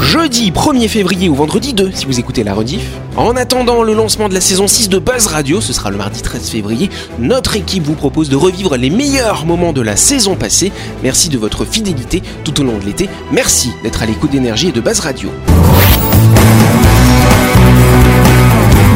jeudi 1er février ou vendredi 2 si vous écoutez la rediff. En attendant le lancement de la saison 6 de Buzz Radio, ce sera le mardi 13 février, notre équipe vous propose de revivre les meilleurs moments de la saison passée. Merci de votre fidélité tout au long de l'été. Merci d'être à l'écoute d'énergie et de Buzz Radio.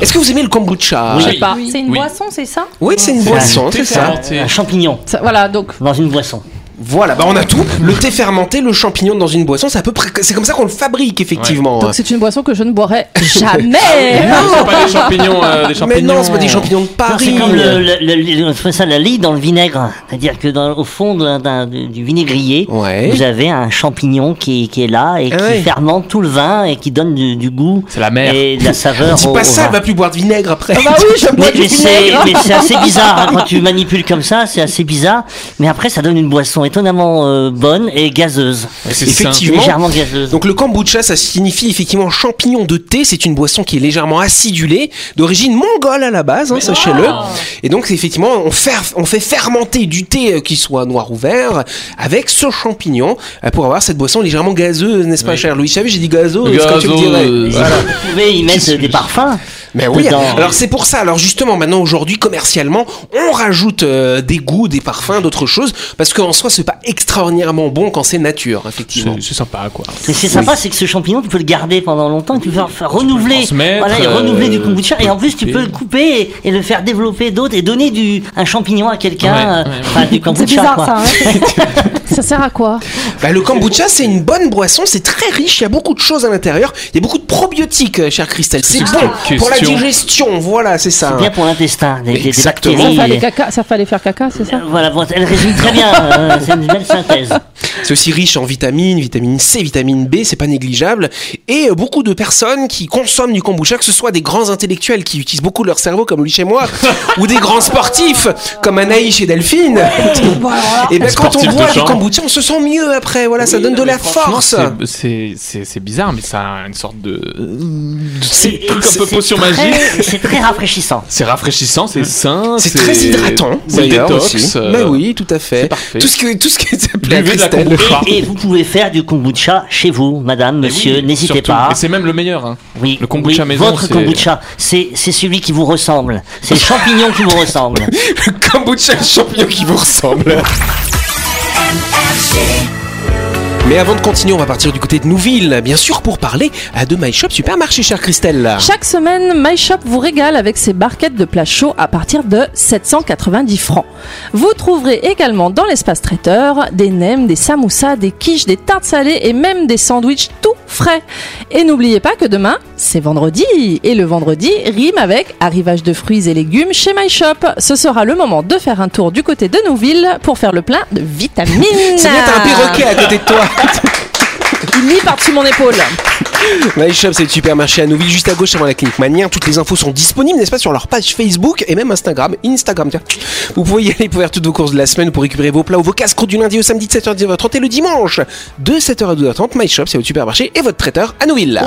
Est-ce que vous aimez le kombucha Oui. pas. Oui. C'est une Oui. boisson, c'est ça Oui, c'est une C'est boisson, thé c'est ça. fermenté. Un champignon Ça- Voilà, donc. dans une boisson. Voilà, bah on a tout. Le thé fermenté, le champignon dans une boisson, c'est à peu près, c'est comme ça qu'on le fabrique effectivement. Donc c'est une boisson que je ne boirai jamais. Ah, c'est pas des champignons, euh, des Ah, Mais champignons. non, c'est pas des champignons de Non, Paris. C'est comme le, le- le- le- on fait ça, la lie dans le vinaigre. C'est-à-dire que dans, au fond d'un- d'un- du vinaigrier, Ouais. vous avez un champignon qui, qui est là et Ah qui ouais. fermente tout le vin et qui donne du, du goût C'est la mer. et de la saveur Ah, Dis au, pas au ça, elle vin. va plus boire de vinaigre après. bah oui, je bois Mais, du mais c'est, vinaigre. mais c'est assez bizarre hein, quand tu manipules comme ça, c'est assez bizarre. Mais après, ça donne une boisson étonnamment euh, bonne et gazeuse, C'est Effectivement. légèrement gazeuse. Donc le kombucha, ça signifie effectivement champignon de thé. C'est une boisson qui est légèrement acidulée, d'origine mongole à la base, hein, sachez-le. Et donc c'est effectivement, on, fer- on fait fermenter du thé euh, qui soit noir ou vert avec ce champignon euh, pour avoir cette boisson légèrement gazeuse, n'est-ce pas, Oui. cher Louis Chavez J'ai dit gazeuse, comme tu le dirais. Gazeuse. Voilà. Vous pouvez y mettre des parfums. Mais oui, dedans. alors c'est pour ça. Alors justement, maintenant aujourd'hui, commercialement, on rajoute euh, des goûts, des parfums, d'autres choses, parce qu'en soi, c'est pas extraordinairement bon quand c'est nature, effectivement. C'est c'est sympa, quoi. Mais c'est sympa, c'est que ce champignon, tu peux le garder pendant longtemps, et tu peux le faire renouveler, transmettre, voilà, et euh, renouveler du kombucha, et en plus tu couper. peux le couper et, et le faire développer d'autres et donner du un champignon à quelqu'un, Ouais, euh, ouais, ouais. enfin, du kombucha. C'est bizarre quoi. ça. hein. ça sert à quoi Bah, le kombucha, c'est une bonne boisson, c'est très riche, il y a beaucoup de choses à l'intérieur, il y a beaucoup de probiotiques, euh, cher Christelle. C'est Ah. bon pour la Question. digestion, voilà, c'est ça. C'est bien pour l'intestin, des, des- des Exactement. ça bactéries. fallait, caca- ça fallait faire caca, c'est ça Euh, Voilà, bon, elle résume très bien, euh, c'est une belle synthèse. C'est aussi riche en vitamines, vitamine C, vitamine B, c'est pas négligeable. Et euh, beaucoup de personnes qui consomment du kombucha, que ce soit des grands intellectuels qui utilisent beaucoup leur cerveau, comme lui chez moi, ou des grands sportifs, comme Anaïs et Delphine. et ben, quand on Sportif de boit du chambre. kombucha, on se sent mieux après, voilà, ça donne de la force. C'est- C'est c'est- c'est bizarre, mais ça a une sorte de. C'est Et- truc et un peu c'est potion très- magique. C'est très rafraîchissant. C'est rafraîchissant, c'est sain. Mm. C'est très hydratant, C'est d'ailleurs, détox. aussi. euh, Mais oui, tout à fait. c'est parfait. Tout ce que tout ce qui est appelé à Buvez de la Christelle. kombucha. Et, et vous pouvez faire du kombucha chez vous, madame, Mais oui, monsieur, n'hésitez surtout. pas. Et c'est même le meilleur. hein. Oui, Le kombucha oui, maison, votre c'est- kombucha, c'est c'est celui qui vous ressemble. C'est le champignon qui vous ressemble. Le kombucha champignon qui vous ressemble. Mais avant de continuer, on va partir du côté de Nouville, bien sûr, pour parler à de My Shop Supermarché, chère Christelle. Chaque semaine, MyShop vous régale avec ses barquettes de plats chauds à partir de 790 francs. Vous trouverez également dans l'espace traiteur des nems, des samoussas, des quiches, des tartes salées et même des sandwichs tout frais. Et n'oubliez pas que demain, c'est vendredi. Et le vendredi rime avec arrivage de fruits et légumes chez MyShop. Ce sera le moment de faire un tour du côté de Nouville pour faire le plein de vitamines. C'est bien, t'as un perroquet à côté de toi. Il lit par-dessus mon épaule. My Shop, c'est le supermarché à Nouville, juste à gauche avant la clinique Manien. Toutes les infos sont disponibles, n'est-ce pas, sur leur page Facebook et même Instagram. Instagram, tiens. Vous pouvez y aller pour faire toutes vos courses de la semaine, pour récupérer vos plats ou vos casse-croûtes du lundi au samedi de 7h à 19h30 et le dimanche de 7h à 12h30. My Shop, c'est votre supermarché et votre traiteur à Nouville.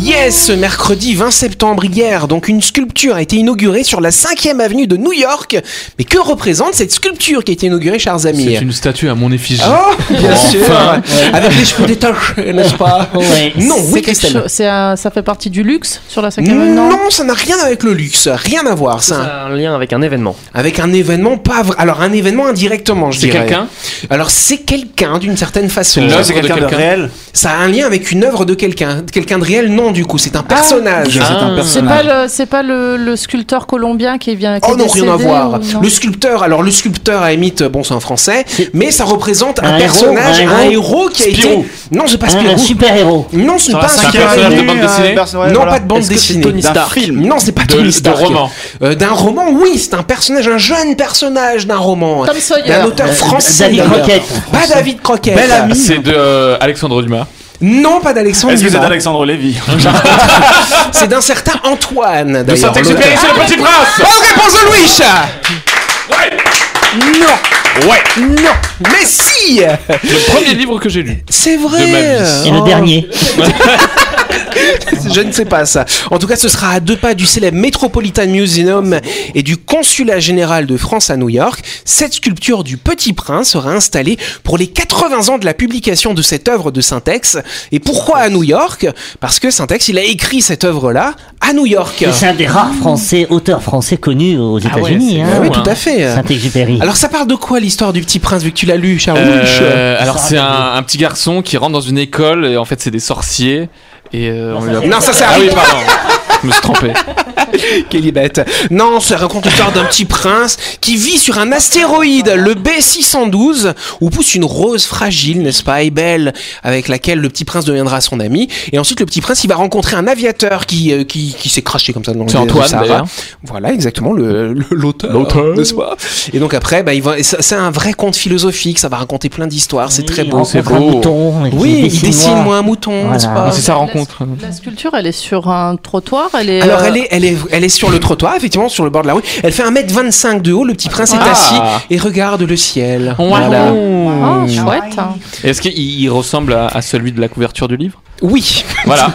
Yes, ce mercredi 20 septembre hier, donc une sculpture a été inaugurée sur la 5e avenue de New York. Mais que représente cette sculpture qui a été inaugurée, chers amis C'est une statue à mon effigie. Oh, bien Enfin. sûr Avec les cheveux détachés, n'est-ce pas Ouais. Non, C'est oui, quelque Christelle. chose- c'est un- ça fait partie du luxe sur la cinquième avenue, non Non, ça n'a rien avec le luxe, rien à voir, Ça ça. a un lien avec un événement. Avec un événement pas vrai. Alors, un événement indirectement, je C'est dirais. quelqu'un Alors, c'est quelqu'un d'une certaine façon. l'œuvre C'est de quelqu'un de quelqu'un. réel Ça a un lien avec une œuvre de quelqu'un. Quelqu'un de réel, non, du coup, c'est un personnage. Ah. C'est un C'est pas personnage. le, c'est pas le, le sculpteur colombien qui vient. qui Oh est non, rien à décédé, voir. ou non Le sculpteur, alors le sculpteur à Émite, bon, c'est un français, mais ça représente un, Un héros, personnage, un héros. un héros qui a Spirou. Ah, été. Non, c'est pas Un, Spirou. super héros. Non, ce n'est pas un cinquième super personnage de héros. bande euh, dessinée Non, pas de bande Est-ce que c'est dessinée. Tony D'un Stark film. Non, c'est pas De- Tony de Stark. roman. Euh, d'un roman, oui, c'est un personnage, un jeune personnage d'un roman. Tom Sawyer. D'un auteur français. Euh, David d'ailleurs. Croquette. Pas David Croquette. Bel ami. C'est de euh, Alexandre Dumas. Non, pas d'Alexandre Est-ce que c'est Dumas. Alexandre Lévy C'est d'un certain Antoine, De d'ailleurs. Saint-Exupéry, c'est le petit prince Bonne réponse de Louis Non Ouais. Non Mais si Le premier livre que j'ai lu. C'est De vrai ma vie. Et Oh, le dernier. Je ne sais pas ça. En tout cas, ce sera à deux pas du célèbre Metropolitan Museum et du Consulat Général de France à New York. Cette sculpture du Petit Prince sera installée pour les 80 ans de la publication de cette œuvre de Syntex. Et pourquoi à New York Parce que Syntex, il a écrit cette œuvre-là à New York. Et c'est un des rares français, auteurs français connus aux Ah ouais, États-Unis. c'est Ah hein. oui, Ouais. tout à fait. Saint-Exupéry. Alors ça parle de quoi l'histoire du Petit Prince vu que tu l'as lu, Charles Wunsch Euh, alors c'est un, un petit garçon qui rentre dans une école et en fait c'est des sorciers et euh, on lui a- Non, ça c'est Ah Harry oui pardon. Je me suis trompé. Quelle est bête. Non, ça raconte l'histoire d'un petit prince qui vit sur un astéroïde, le B612, où pousse une rose fragile, n'est-ce pas, et belle, avec laquelle le petit prince deviendra son ami. Et ensuite, le petit prince, il va rencontrer un aviateur qui, euh, qui, qui s'est craché comme ça dans le C'est Antoine, d'ailleurs. Voilà, exactement, le- le- l'auteur, L'auteur. n'est-ce pas Et donc après, bah, il va, et ça- c'est un vrai conte philosophique, ça va raconter plein d'histoires, c'est très beau. c'est rencontre un beau. mouton, et puis Oui, il dessine-moi dessine-moi. un mouton, n'est-ce Voilà. pas C'est sa rencontre. La sculpture, elle est sur un trottoir. Elle est. Alors euh, elle est, elle, est, elle est sur le trottoir, effectivement, sur le bord de la rue. Elle fait 1m25 de haut, le petit prince est Ah. assis et regarde le ciel. Voilà. Ah, chouette. Est-ce qu'il il ressemble à, à celui de la couverture du livre Oui. Voilà.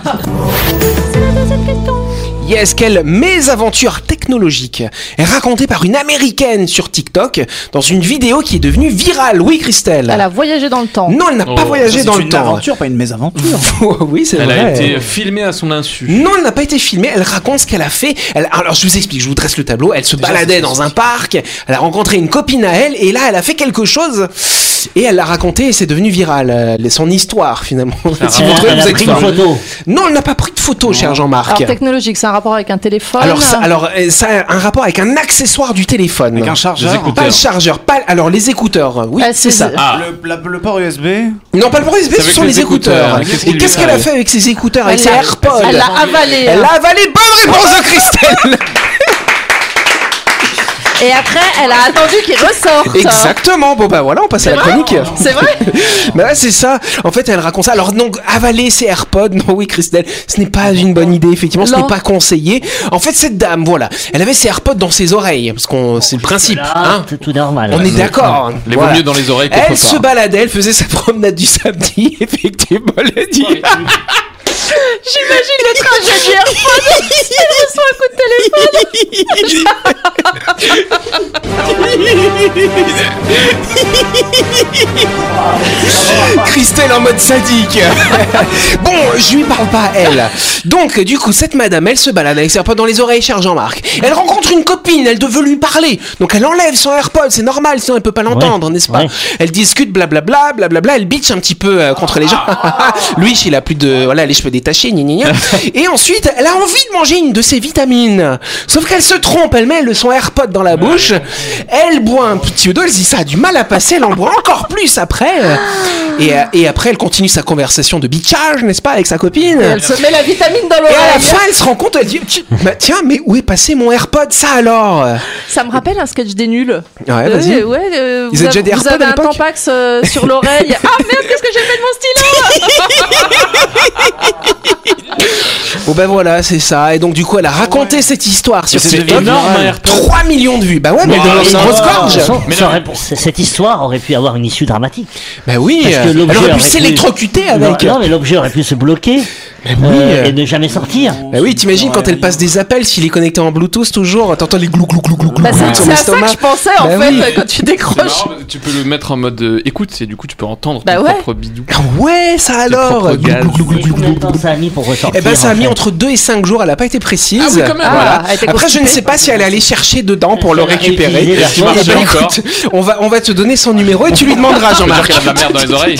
Yes, quelle mésaventure technologique racontée par une américaine sur TikTok dans une vidéo qui est devenue virale. Oui, Christelle. Elle a voyagé dans le temps. Non, elle n'a pas Oh, voyagé dans le une temps. aventure, pas une mésaventure. oui, c'est Elle vrai. a été euh, filmée à son insu. Non, elle n'a pas été filmée. Elle raconte ce qu'elle a fait. Elle- Alors, je vous explique, je vous dresse le tableau. Elle se baladait dans un parc. Elle a rencontré une copine à elle. Et là, elle a fait quelque chose. Et elle l'a raconté et c'est devenu viral. Euh, Son histoire, finalement. si vous Elle a- trouvez, elle vous a êtes pris une fort. photo. Non, elle n'a pas pris de photo, cher Jean-Marc. Alors technologique, c'est un rapport avec un téléphone. Alors, ça, alors, euh, ça a un rapport avec un accessoire du téléphone. Avec un Des chargeur. écouteurs. pas le chargeur, pas alors les écouteurs, euh, oui, Ah, c'est c'est- ça. Ah. Le, la- le port USB. Non, pas le port USB, ce C'est avec sont les les écouteurs. écouteurs. Qu'est-ce Et qu'il qu'est-ce lui qu'elle a fallait fait avec ses écouteurs, avec Elle ses l'a- AirPods elle l'a avalé. Elle l'a avalé, bonne réponse de Christelle hein. Et après, elle a attendu qu'il ressorte. Exactement, bon bah voilà, on passe à Ah, la chronique. C'est vrai Bah ouais, c'est ça, en fait elle raconte ça. Alors donc, avaler ses AirPods, non oui Christelle, ce n'est pas une bonne idée, effectivement, ce Non. n'est pas conseillé. En fait, cette dame, voilà, elle avait ses AirPods dans ses oreilles, parce qu'on, c'est le principe, Là, hein. tout- tout normal. On ouais. est d'accord. Les vaut Voilà. mieux dans les oreilles qu'au Elle se trottoir. baladait, elle faisait sa promenade du samedi, effectivement, elle a dit. J'imagine le trajet du téléphone. Christelle en mode sadique. bon, je lui parle pas à elle. Donc, du coup, cette madame, elle se balade avec ses AirPods dans les oreilles, cher Jean-Marc. Elle rencontre une copine, elle devait lui parler. Donc, elle enlève son AirPod, c'est normal, sinon elle peut pas l'entendre, n'est-ce pas ouais. Elle discute, blablabla, blablabla, elle bitch un petit peu euh, contre les gens. Lui, il a plus de, voilà, les cheveux détachés, gna gna gna. Et ensuite, elle a envie de manger une de ses vitamines. Sauf qu'elle se trompe, elle met le son AirPod dans la bouche. Elle boit un petit d'eau, elle se dit ça a du mal à passer, elle en boit encore plus après. Et, euh, et après, elle continue sa conversation de bitchage, n'est-ce pas, avec sa copine. Elle se met la vitamine dans Et à la l'oreille. fin, elle se rend compte, elle dit Bah, Tiens, mais où est passé mon AirPod Ça alors Ça me rappelle un sketch des nuls. Ouais, Euh, vas-y. ouais, euh, Ils vous, avaient déjà avez, des vous AirPods avez à un l'époque tampax euh, sur l'oreille. Ah merde, qu'est-ce que j'ai fait de mon stylo Bon, ben voilà, c'est ça. Et donc, du coup, elle a raconté cette histoire sur C'est TikTok. énorme un AirPod. 3 millions de vues. Bah ouais, mais dans une grosse gorge. Ça- Mais ça non, aurait- mais- c- cette histoire aurait pu avoir une issue dramatique. Bah oui, Parce que euh, l'objet elle aurait pu aurait pu- s'électrocuter avec. Non, non, mais l'objet aurait pu se bloquer euh, et ne jamais sortir. Bah oui, t'imagines quand elle passe des appels, s'il est connecté en Bluetooth toujours, t'entends les glou glou glou glou glou Bah, glou c'est sur c'est à ça que l'estomac. je pensais en Bah fait oui. quand tu C'est décroches. marrant, tu peux le mettre en mode euh, écoute et du coup tu peux entendre Bah ton ouais. propre bidou. Ah Ouais, ça alors propres Glou, glou, gaz. glou, glou, Et glou, combien glou, de temps glou. ça a mis pour ressortir Eh ben ça a en mis fait entre 2 et 5 jours, elle a pas été précise. Ah oui, quand même. Voilà. Ah, elle était Après je ne constipée. sais pas si elle est allée chercher dedans pour le Elle a récupérer. utilisé la Eh ben, version- écoute, on va on va te donner son numéro et tu lui demanderas Je veux dire Jean-Marc. qu'elle a de la merde dans les oreilles.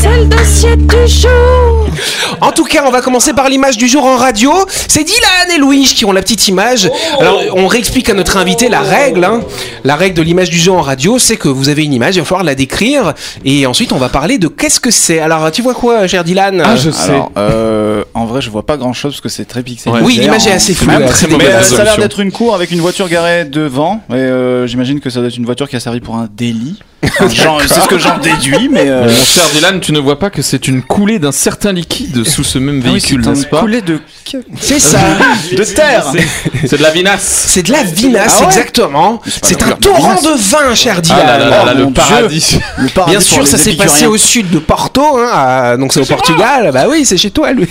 C'est le dossier du jour. En tout cas, on va commencer par l'image du jour en radio. C'est Dylan et Louis qui ont la petite image. Alors, on réexplique à notre invité la règle. hein. La règle de l'image du jour en radio, c'est que vous avez une image, il va falloir la décrire. Et ensuite, on va parler de qu'est-ce que c'est. Alors, tu vois quoi, cher Dylan Ah, je sais. Alors, euh, en vrai, je vois pas grand chose parce que c'est très pixelisé. Ouais. Oui, l'image est assez C'est floue. même là. très C'est des- Mais Mauvaise euh, ça a l'air résolution. d'être une cour avec une voiture garée devant. Et euh, j'imagine que ça doit être une voiture qui a servi pour un délit. Enfin, j'en- c'est ce que j'en déduis, mais. euh, Mon cher Dylan, tu ne vois pas que c'est une coulée d'un certain liquide sous ce même ah oui, véhicule, c'est un n'est-ce pas Coulé de C'est ça. de terre. C'est de la vinasse. C'est de la vinasse, Ah ouais exactement. pas C'est de un la torrent vinasse. de vin, cher Dylan. Ah là là là là, Oh, le mon paradis. Le paradis Bien pour sûr, les ça s'est passé épicuriens. au sud de Porto, hein, à- donc c'est au Portugal. Bah oui, c'est chez toi, Louis.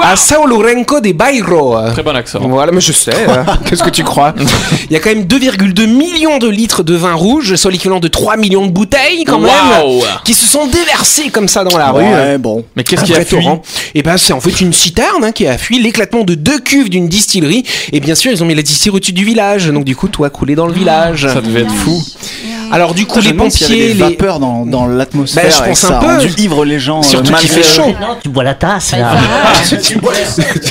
à São Lourenço de Bairro. Très bon accent. Voilà, mais je sais. hein. Qu'est-ce que tu crois Il y a quand même 2,2 millions de litres de vin rouge, soit l'équivalent de 3 millions de bouteilles quand même, Waouh qui se sont déversées comme ça dans la rue. Euh, Ouais, bon. Mais qu'est-ce qui Après a fui torrent. Et ben c'est en fait une citerne hein, qui a fui l'éclatement de deux cuves d'une distillerie. Et bien sûr, ils ont mis la distillerie au-dessus du village. Donc du coup, tout a coulé dans le village. Ça devait être fou. Alors du coup, Je les me demande s'il y pompiers, avait des les... vapeurs dans, dans l'atmosphère. Bah, je et que pense ça un a peu. rendu ivre les gens. Surtout euh, qu'il malgré- fait chaud. Non, tu bois la tasse, là.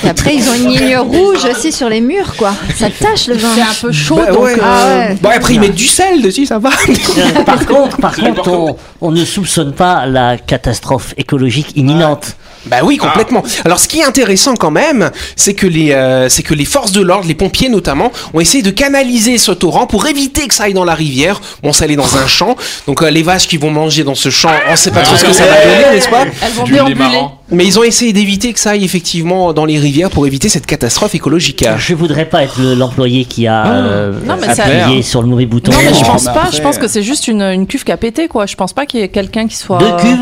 Et après, ils ont une ligne rouge aussi sur les murs, quoi. Ça tâche le vin. C'est un peu chaud, Bah, donc. ouais. Bah. euh, Ah ouais. Bon après, ils mettent du sel dessus, ça va. Euh, par contre, par contre on, on ne soupçonne pas la catastrophe écologique imminente. Bah oui, Ah. complètement. Alors, ce qui est intéressant quand même, c'est que les, euh, c'est que les forces de l'ordre, les pompiers notamment, ont essayé de canaliser ce torrent pour éviter que ça aille dans la rivière. Bon, ça allait dans un champ. Donc, euh, les vaches qui vont manger dans ce champ, on sait Ah, pas trop ce que ça va donner, n'est-ce pas Elles vont Du lait déambuler. marrant. Mais ils ont essayé d'éviter que ça aille effectivement dans les rivières pour éviter cette catastrophe écologique. Je voudrais pas être le- l'employé qui a euh, non, mais ça- appuyé sur le mauvais bouton. Non, mais je Oh, pense mais pas. après, Je pense que euh, c'est juste une, une cuve qui a pété, quoi. Je pense pas qu'il y ait quelqu'un qui soit. euh, Deux cuves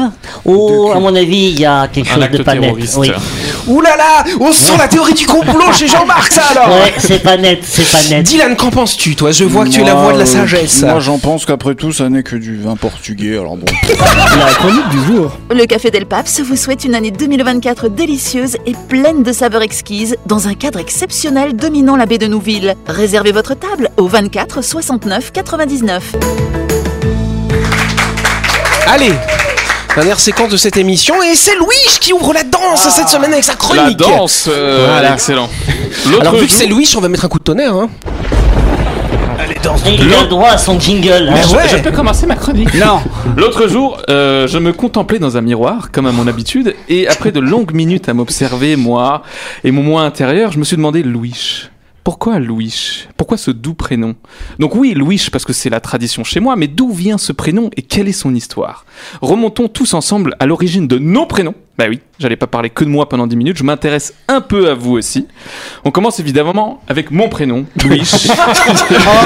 Oh, Deux à mon avis, il y a quelque Un chose de acte pas net. terroriste. Oui. Ouh là là On sent la théorie du complot chez Jean-Marc, ça alors Ouais, c'est pas net, c'est pas net. Dylan, qu'en penses-tu, toi Je vois que tu es la Moi, voix de la euh, sagesse. Moi, j'en pense qu'après tout, ça n'est que du vin portugais. Alors bon. La chronique du jour. Le Café Del Paps vous souhaite une année 2024 délicieuse et pleine de saveurs exquises dans un cadre exceptionnel dominant la baie de Nouville. Réservez votre table au 24 69 99. Allez Dernière séquence de cette émission, et c'est Louis qui ouvre la danse Ah. cette semaine avec sa chronique La danse, euh, Voilà. excellent. Alors L'autre vu que c'est jour, Louis, on va mettre un coup de tonnerre. Hein. Et il a droit à son jingle. hein. Mais ouais. je peux commencer ma chronique. Non. L'autre jour, euh, je me contemplais dans un miroir, comme à mon habitude, et après de longues minutes à m'observer, moi, et mon moi intérieur, je me suis demandé Louis. Pourquoi Louis Pourquoi ce doux prénom Donc oui, Louis, parce que c'est la tradition chez moi, mais d'où vient ce prénom et quelle est son histoire Remontons tous ensemble à l'origine de nos prénoms. Bah oui, j'allais pas parler que de moi pendant 10 minutes, je m'intéresse un peu à vous aussi. On commence évidemment avec mon prénom, Louis.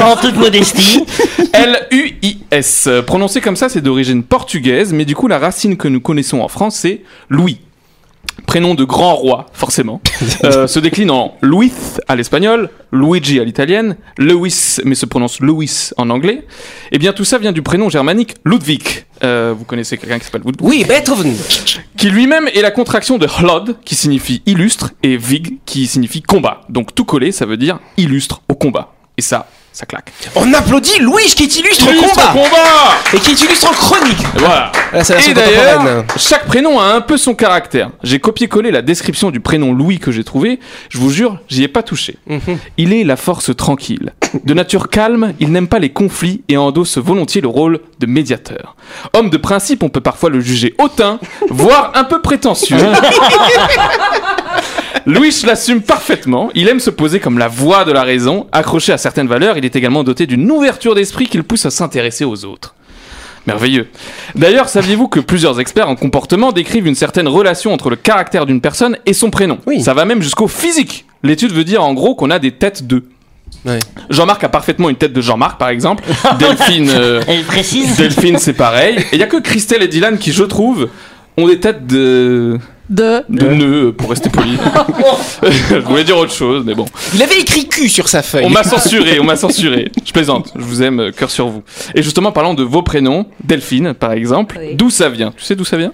En, en toute modestie. L-U-I-S. Euh, Prononcé comme ça, c'est d'origine portugaise, mais du coup, la racine que nous connaissons en France, c'est Louis. Prénom de grand roi, forcément. Euh, se décline en Louis à l'espagnol, Luigi à l'italienne, Lewis, mais se prononce Louis en anglais. Eh bien, tout ça vient du prénom germanique Ludwig. Euh, vous connaissez quelqu'un qui s'appelle Ludwig Oui, Beethoven. qui lui-même est la contraction de hlod, qui signifie illustre, et vig, qui signifie combat. Donc tout collé, ça veut dire illustre au combat. Et ça, ça claque. On applaudit Louis qui est illustre au Illustre combat au combat et qui est illustre en chronique. Voilà. Là, c'est la version Et d'ailleurs, contemporaine. chaque prénom a un peu son caractère. J'ai copié-collé la description du prénom Louis que j'ai trouvé. Je vous jure, j'y ai pas touché. Il est la force tranquille. De nature calme, il n'aime pas les conflits et endosse volontiers le rôle de médiateur. Homme de principe, on peut parfois le juger hautain, voire un peu prétentieux. Louis l'assume parfaitement, il aime se poser comme la voix de la raison, accroché à certaines valeurs, il est également doté d'une ouverture d'esprit qui le pousse à s'intéresser aux autres. Merveilleux. D'ailleurs, saviez-vous que plusieurs experts en comportement décrivent une certaine relation entre le caractère d'une personne et son prénom Oui. Ça va même jusqu'au physique. L'étude veut dire en gros qu'on a des têtes de. Ouais. Jean-Marc a parfaitement une tête de Jean-Marc, par exemple. Delphine, euh, Elle précise. Delphine c'est pareil. Et il n'y a que Christelle et Dylan qui, je trouve, ont des têtes de... De. de nœuds, pour rester poli. je voulais dire autre chose, mais bon. Il avait écrit cul sur sa feuille. On m'a censuré, on m'a censuré. Je plaisante, je vous aime, euh, cœur sur vous. Et justement, parlant de vos prénoms, Delphine, par exemple, Oui. d'où ça vient Tu sais d'où ça vient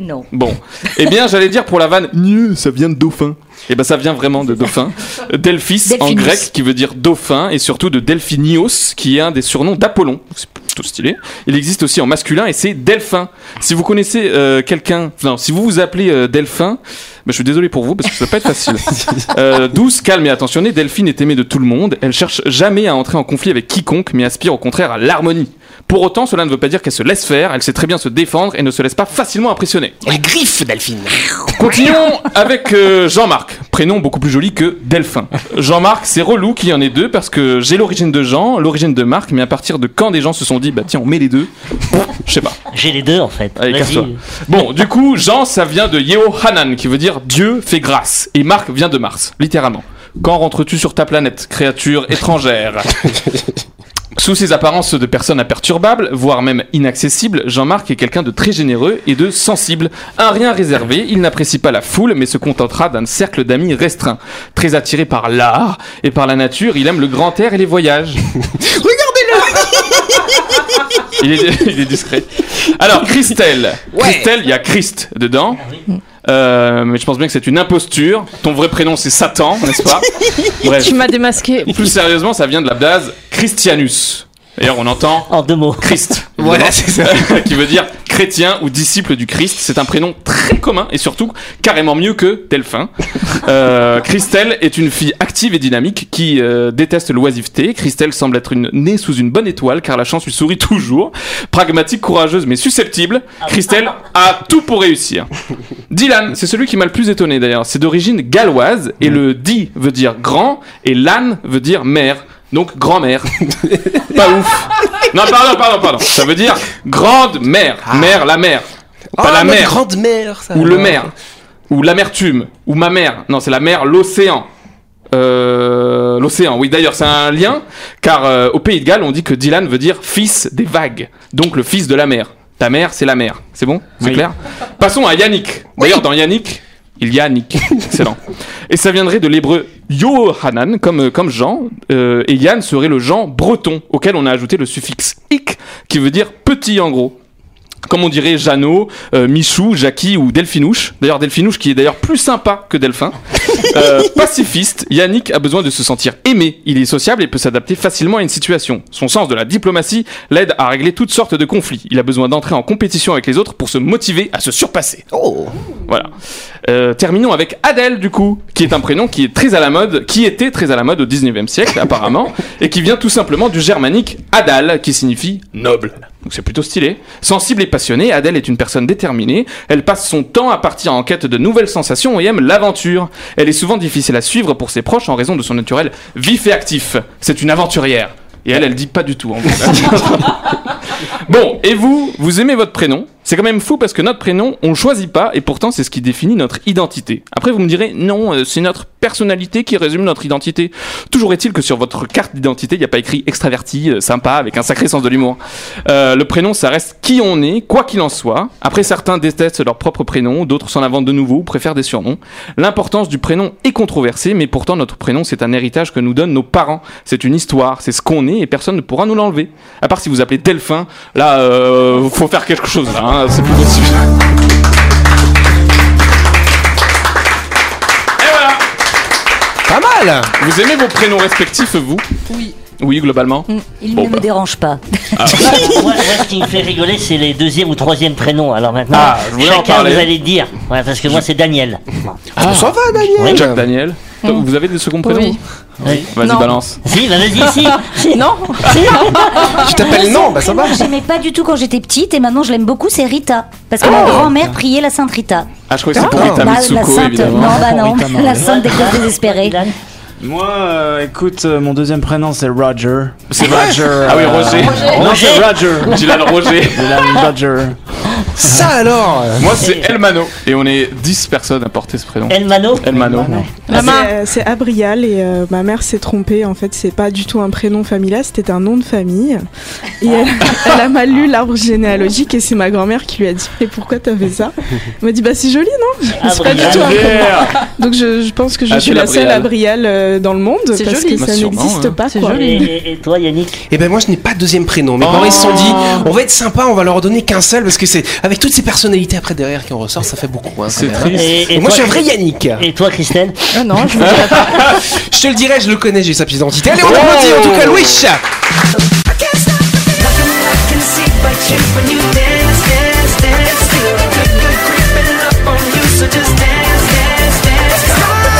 non. Bon. Eh bien, j'allais dire pour la vanne, Nieu, ça vient de dauphin. Et ben ça vient vraiment de dauphin. Delphis en Delphinus. grec qui veut dire dauphin et surtout de Delphinios qui est un des surnoms d'Apollon. C'est plutôt stylé. Il existe aussi en masculin et c'est Delphin. Si vous connaissez euh, quelqu'un, non, si vous vous appelez euh, Delphin, ben, je suis désolé pour vous parce que ça va pas être facile. Euh, douce, calme et attentionnée, Delphine est aimée de tout le monde. Elle cherche jamais à entrer en conflit avec quiconque, mais aspire au contraire à l'harmonie. Pour autant, cela ne veut pas dire qu'elle se laisse faire, elle sait très bien se défendre et ne se laisse pas facilement impressionner. Les griffes, Delphine. Continuons avec euh, Jean-Marc, prénom beaucoup plus joli que Delphin. Jean-Marc, c'est relou qu'il y en ait deux parce que j'ai l'origine de Jean, l'origine de Marc, mais à partir de quand des gens se sont dit, bah tiens, on met les deux Je sais pas. J'ai les deux en fait. Allez, Vas-y. casse-toi. Bon, du coup, Jean, ça vient de Yehohanan, qui veut dire Dieu fait grâce. Et Marc vient de Mars, littéralement. Quand rentres-tu sur ta planète, créature étrangère Sous ses apparences de personne imperturbable, voire même inaccessible, Jean-Marc est quelqu'un de très généreux et de sensible. Un rien réservé, il n'apprécie pas la foule, mais se contentera d'un cercle d'amis restreint. Très attiré par l'art et par la nature, il aime le grand air et les voyages. Il est, il est discret. Alors, Christelle. Christelle, il y a Christ dedans. Euh, mais je pense bien que c'est une imposture. Ton vrai prénom, c'est Satan, n'est-ce pas Bref. Tu m'as démasqué. Plus sérieusement, ça vient de la blase Christianus. D'ailleurs, on entend En deux mots. Christ. Voilà, c'est ça. qui veut dire chrétien ou disciple du Christ. C'est un prénom très commun et surtout carrément mieux que Delphin. Euh, Christelle est une fille active et dynamique qui euh, déteste l'oisiveté. Christelle semble être une, née sous une bonne étoile car la chance lui sourit toujours. Pragmatique, courageuse mais susceptible, Christelle a tout pour réussir. Dylan, c'est celui qui m'a le plus étonné d'ailleurs. C'est d'origine galloise et le di veut dire grand et lan veut dire mère. Donc grand-mère. Pas ouf. Non, pardon, pardon, pardon. Ça veut dire grande-mère. Mère, la mère. Ah, Pas la mère. Grande-mère, ça. Ou le maire. Ou l'amertume. Ou ma mère. Non, c'est la mer, l'océan. Euh, l'océan, oui d'ailleurs c'est un lien car euh, au pays de Galles on dit que Dylan veut dire fils des vagues, donc le fils de la mer. Ta mère c'est la mer, c'est bon C'est clair Passons à Yannick. D'ailleurs dans Yannick, il y a Nick. Excellent. Et ça viendrait de l'hébreu Yohanan, comme, euh, comme Jean, euh, et Yann serait le Jean breton, auquel on a ajouté le suffixe ik, qui veut dire petit en gros. Comme on dirait Jeannot, euh, Michou, Jackie ou Delphinouche. D'ailleurs, Delphinouche qui est d'ailleurs plus sympa que Delphin. Euh, pacifiste, Yannick a besoin de se sentir aimé. Il est sociable et peut s'adapter facilement à une situation. Son sens de la diplomatie l'aide à régler toutes sortes de conflits. Il a besoin d'entrer en compétition avec les autres pour se motiver à se surpasser. Oh. Voilà. Euh, terminons avec Adèle, du coup, qui est un prénom qui est très à la mode, qui était très à la mode au 19e siècle, apparemment, et qui vient tout simplement du germanique Adal, qui signifie noble. Donc c'est plutôt stylé. Sensible et passionnée, Adèle est une personne déterminée. Elle passe son temps à partir en quête de nouvelles sensations et aime l'aventure. Elle est souvent difficile à suivre pour ses proches en raison de son naturel vif et actif. C'est une aventurière. Et elle, elle dit pas du tout. En gros. Bon, et vous, vous aimez votre prénom C'est quand même fou parce que notre prénom, on le choisit pas et pourtant c'est ce qui définit notre identité. Après, vous me direz, non, euh, c'est notre personnalité qui résume notre identité. Toujours est-il que sur votre carte d'identité, il n'y a pas écrit extraverti, euh, sympa, avec un sacré sens de l'humour. Euh, le prénom, ça reste qui on est, quoi qu'il en soit. Après, certains détestent leur propre prénom, d'autres s'en inventent de nouveaux, préfèrent des surnoms. L'importance du prénom est controversée, mais pourtant notre prénom, c'est un héritage que nous donnent nos parents. C'est une histoire, c'est ce qu'on est et personne ne pourra nous l'enlever. À part si vous appelez Delphin, là, euh, faut faire quelque chose, là, hein, c'est plus possible. Et voilà Pas mal. Vous aimez vos prénoms respectifs, vous Oui. Oui, globalement Il Bon, ne bah. me dérange pas. Moi, moi, ce qui me fait rigoler, c'est les deuxième ou troisième prénoms. Alors maintenant, Ah, je voulais en chacun vous parler. allez dire. Ouais, parce que moi, c'est Daniel. Ah, ça va, Daniel. Ouais, Mm. Jacques Daniel Toi, Vous avez des seconds prénoms Oui. Oui. Vas-y, Non. balance. Si, bah vas-y, si. si. Non Si. Tu t'appelles non, Ah, bah ça va. Moi, j'aimais pas du tout quand j'étais petite et maintenant je l'aime beaucoup, c'est Rita. Parce que ma grand-mère priait la sainte Rita. Ah, je crois que c'est pour Ah. Rita Bah, la Mitsuko, sainte, évidemment. non, bah non, Rita, non. la sainte des causes désespérées. Dylan. Moi, euh, écoute, euh, mon deuxième prénom c'est Roger. C'est vrai Roger. Ah oui, euh, Roger. Non, c'est Roger. Dylan Roger. Ah. Dylan Roger. Ça alors. Moi, c'est Elmano. Et on est 10 personnes à porter ce prénom. Elmano. Elmano. C'est- euh, C'est Abrial et euh, ma mère s'est trompée. En fait, c'est pas du tout un prénom familial, c'était un nom de famille. Et elle, elle a mal lu l'arbre généalogique et c'est ma grand-mère qui lui a dit Mais pourquoi t'as fait ça Elle m'a dit Bah, c'est joli, non C'est pas du tout un prénom. Donc, je, je pense que je Ah, suis c'est la seule Abrial Abrial. euh, dans le monde parce C'est joli. que Bah, ça sûrement, n'existe hein. pas. C'est quoi. Et, joli. et- et toi, Yannick Oh. Eh ben moi je n'ai pas de deuxième prénom. Mes parents ils se sont dit on va être sympa, on va leur donner qu'un seul parce que c'est avec toutes ces personnalités après derrière qui en ressort, ça fait beaucoup. hein, quand C'est même, hein. triste. Et, Et- et moi, toi, je suis un vrai Yannick. Et toi, Christelle non, Ah, je Je te le dirai, je le connais, j'ai sa pièce d'identité. Allez, on applaudit en tout cas Louis.